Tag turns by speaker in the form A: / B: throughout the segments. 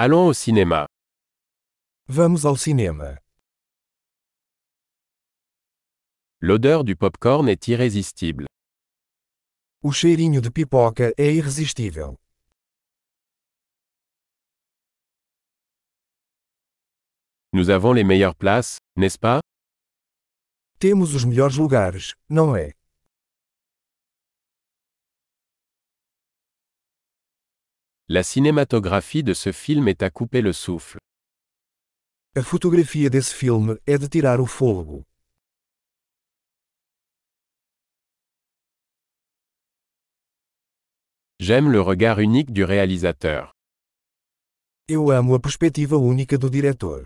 A: Allons au cinéma.
B: Vamos ao cinema.
A: L'odeur du pop-corn est irrésistible.
B: O cheirinho de pipoca é irresistível.
A: Nous avons les meilleures places, n'est-ce pas
B: Temos os melhores lugares, não é?
A: La cinématographie de ce film est à couper le souffle.
B: A fotografia desse filme é de tirar o fôlego.
A: J'aime le regard unique du réalisateur.
B: Eu amo a perspectiva única do diretor.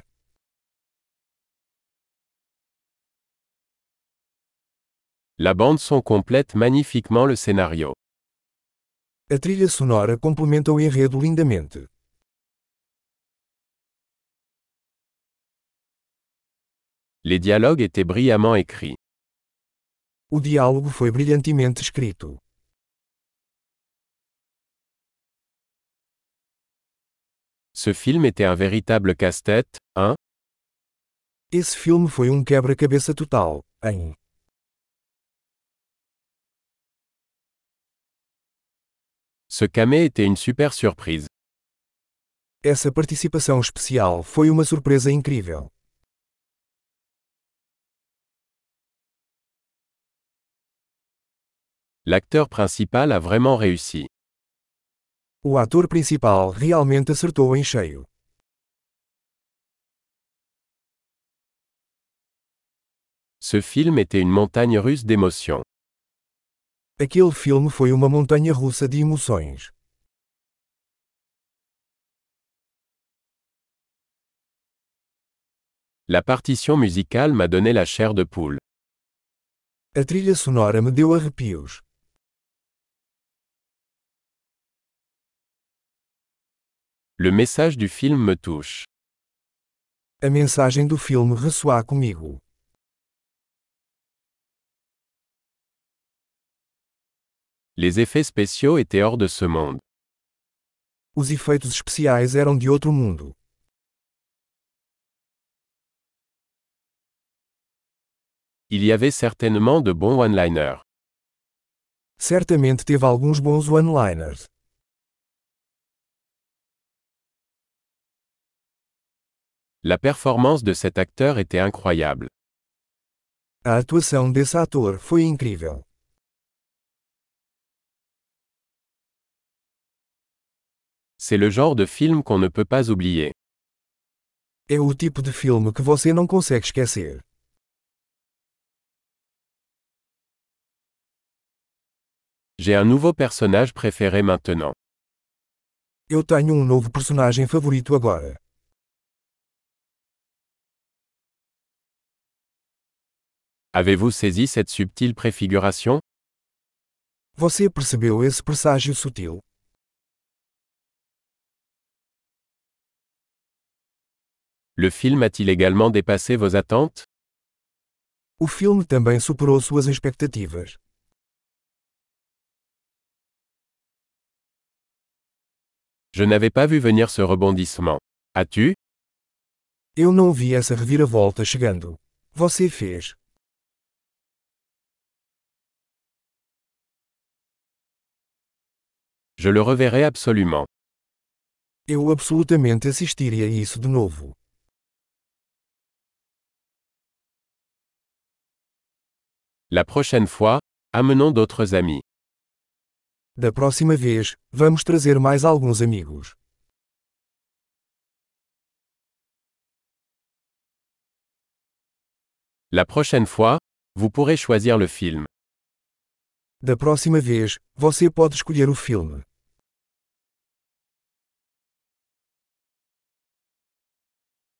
A: La bande-son complète magnifiquement le scénario.
B: A trilha sonora complementa o enredo lindamente.
A: Les dialogues étaient brillamment écrits.
B: O diálogo foi brilhantemente escrito.
A: Ce film était un véritable casse-tête, hein
B: Esse filme foi um quebra-cabeça total, hein?
A: Ce camé était une super surprise.
B: Essa participação especial foi uma surpresa incrível.
A: L'acteur principal a vraiment réussi.
B: O ator principal realmente acertou em cheio.
A: Ce film était une montagne russe d'émotions.
B: Aquele filme foi uma montanha russa de emoções.
A: La partition musicale m'a donné la chair de poule.
B: A trilha sonora me deu arrepios.
A: Le message du film me touche.
B: A mensagem do filme ressoar comigo.
A: Les effets spéciaux étaient hors de ce monde.
B: Os efeitos especiais eram de outro mundo.
A: Il y avait certainement de bons one-liners.
B: Certamente teve alguns bons one-liners.
A: La performance de cet acteur était incroyable.
B: A atuação desse ator foi incrível.
A: C'est le genre de film qu'on ne peut pas oublier.
B: É o tipo de filme que você não consegue esquecer.
A: J'ai un nouveau personnage préféré maintenant.
B: Eu tenho um novo personagem favorito agora.
A: Avez-vous saisi cette subtile préfiguration
B: Você percebeu esse presságio sutil?
A: Le film a-t-il également dépassé vos attentes
B: O filme também superou suas expectativas.
A: Je n'avais pas vu venir ce rebondissement. As-tu
B: Eu não vi essa reviravolta chegando. Você fez.
A: Je le reverrai absolument.
B: Eu absolutamente assistiria a isso de novo.
A: La prochaine fois, amenons d'autres amis.
B: Da próxima vez, vamos trazer mais alguns amigos.
A: La prochaine fois, vous pourrez choisir le film.
B: Da próxima vez, você pode escolher o filme.